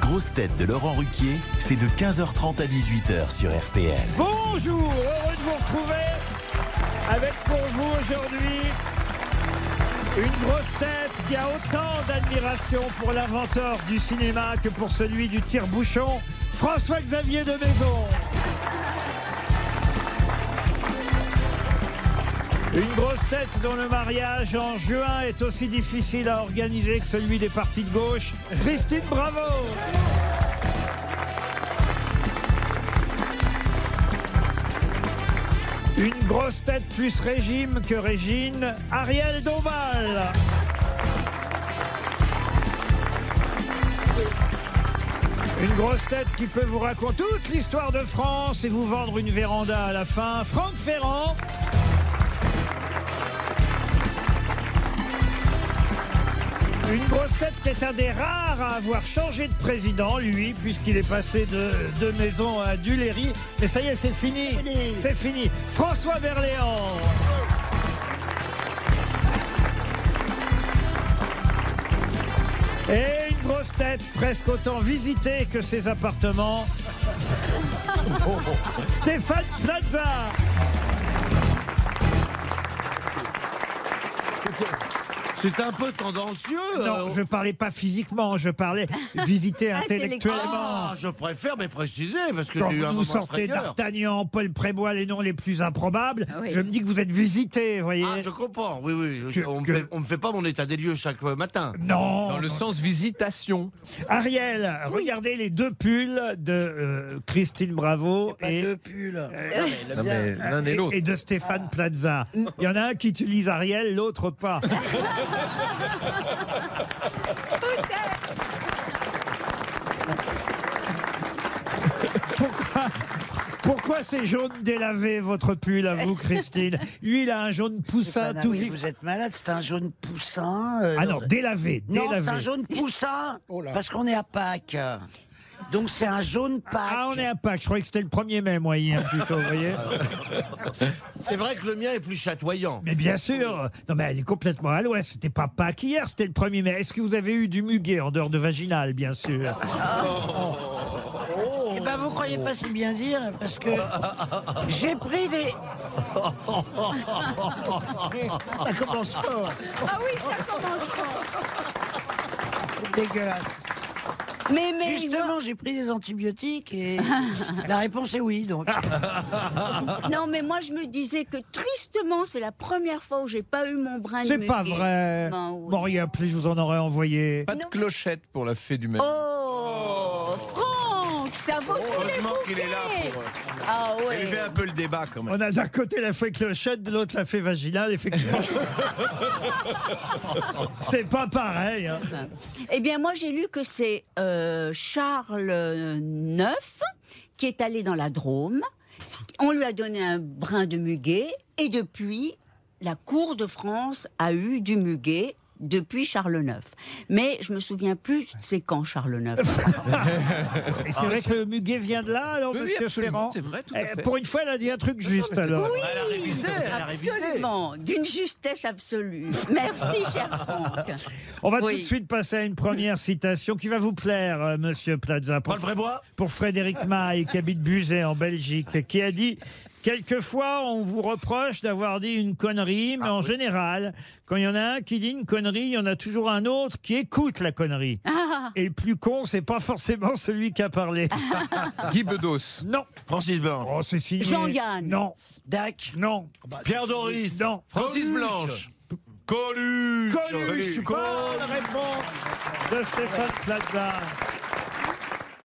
grosses têtes de Laurent Ruquier, c'est de 15h30 à 18h sur RTL. Bonjour, heureux de vous retrouver avec pour vous aujourd'hui une grosse tête qui a autant d'admiration pour l'inventeur du cinéma que pour celui du tire-bouchon, François-Xavier de Maison. Une grosse tête dont le mariage en juin est aussi difficile à organiser que celui des partis de gauche, Christine Bravo. Une grosse tête plus régime que Régine, Ariel Dombal. Une grosse tête qui peut vous raconter toute l'histoire de France et vous vendre une véranda à la fin, Franck Ferrand. Une grosse tête qui est un des rares à avoir changé de président, lui, puisqu'il est passé de, de maison à Duléry. Mais ça y est, c'est fini. C'est fini. François Berléand. Et une grosse tête presque autant visitée que ses appartements. Stéphane Plaza. C'est un peu tendancieux. euh, Non, je parlais pas physiquement, je parlais visiter intellectuellement. Ah, je préfère mais préciser parce que Quand j'ai eu vous un moment nous sortez frayeur. d'Artagnan, Paul Prébois, les noms les plus improbables, Oui. je me dis que vous êtes visité, vous voyez. Ah, je comprends. Oui, oui. Que- on, me que- fait, on me fait pas mon état des lieux chaque euh, matin. Non. Dans le non. sens visitation. Ariel, regardez les deux pulls de euh, Christine Bravo et, euh, Non, mais l'un et l'autre. et de Stéphane Plaza. Il y en a un qui utilise Ariel, l'autre pas. Pourquoi- Pourquoi c'est jaune délavé votre pull à Eh. vous, Christine Lui, il a un jaune poussin Madame, tout oui, vif. Vous êtes malade, c'est un jaune poussin. euh, Bah Ah non, délavé, non, délavé. c'est un jaune poussin parce qu'on est à Pâques. Donc c'est un jaune Pâques. Ah, on est à Pâques. Je croyais que c'était le 1er mai, moi, hier, plutôt, vous voyez C'est vrai que le mien est plus chatoyant. Mais bien sûr Non, mais elle est complètement à l'ouest. C'était pas Pâques hier, c'était le 1er mai. Est-ce que vous avez eu du muguet en dehors de vaginal, bien sûr Eh ben, vous croyez pas si bien dire parce que j'ai pris des. ça commence fort. Ah oui, ça commence fort. Dégueulasse. Mais, mais, Justement, j'ai pris des antibiotiques et la réponse est oui. Donc non, mais moi, je me disais que tristement, c'est la première fois où j'ai pas eu mon brin de C'est pas muguet. vrai Ben oui. Bon, il y a plus, je vous en aurais envoyé. Pas de clochette pour la fée du même. Oh, Franck, ça vaut tous Oh, les heureusement qu'il est là bouquets. pour, euh, Ah ouais. Élever un peu le débat quand même. On a d'un côté la fée clochette, de l'autre la fée vaginale, effectivement. C'est pas pareil. hein. Eh bien, moi, j'ai lu que c'est euh, Charles IX qui est allé dans la Drôme. On lui a donné un brin de muguet. Et depuis, la cour de France a eu du muguet depuis Charles IX. Mais je me souviens plus, c'est quand Charles IX Et c'est vrai que le muguet vient de là, alors, Oui, oui, monsieur absolument, Ferrand c'est vrai, tout Eh, à fait. Pour une fois, elle a dit un truc juste, alors. Oui, absolument, d'une justesse absolue. Merci, cher Franck. On va Oui. tout de suite passer à une première citation qui va vous plaire, euh, monsieur Plaza. Pour, Paul Frébois pour Frédéric Maille, qui habite Buzet en Belgique, qui a dit Quelquefois, on vous reproche d'avoir dit une connerie, mais en général, quand il y en a un qui dit une connerie, il y en a toujours un autre qui écoute la connerie. Et le plus con, c'est pas forcément celui qui a parlé. Ah. Guy Bedos. non. Francis Blanc. Oh, c'est signé. Jean-Yann. Non, Dac. non, Pierre Doris. non. Francis Blanche. Coluche Oh, Coluche, bonne réponse de Stéphane Plaza.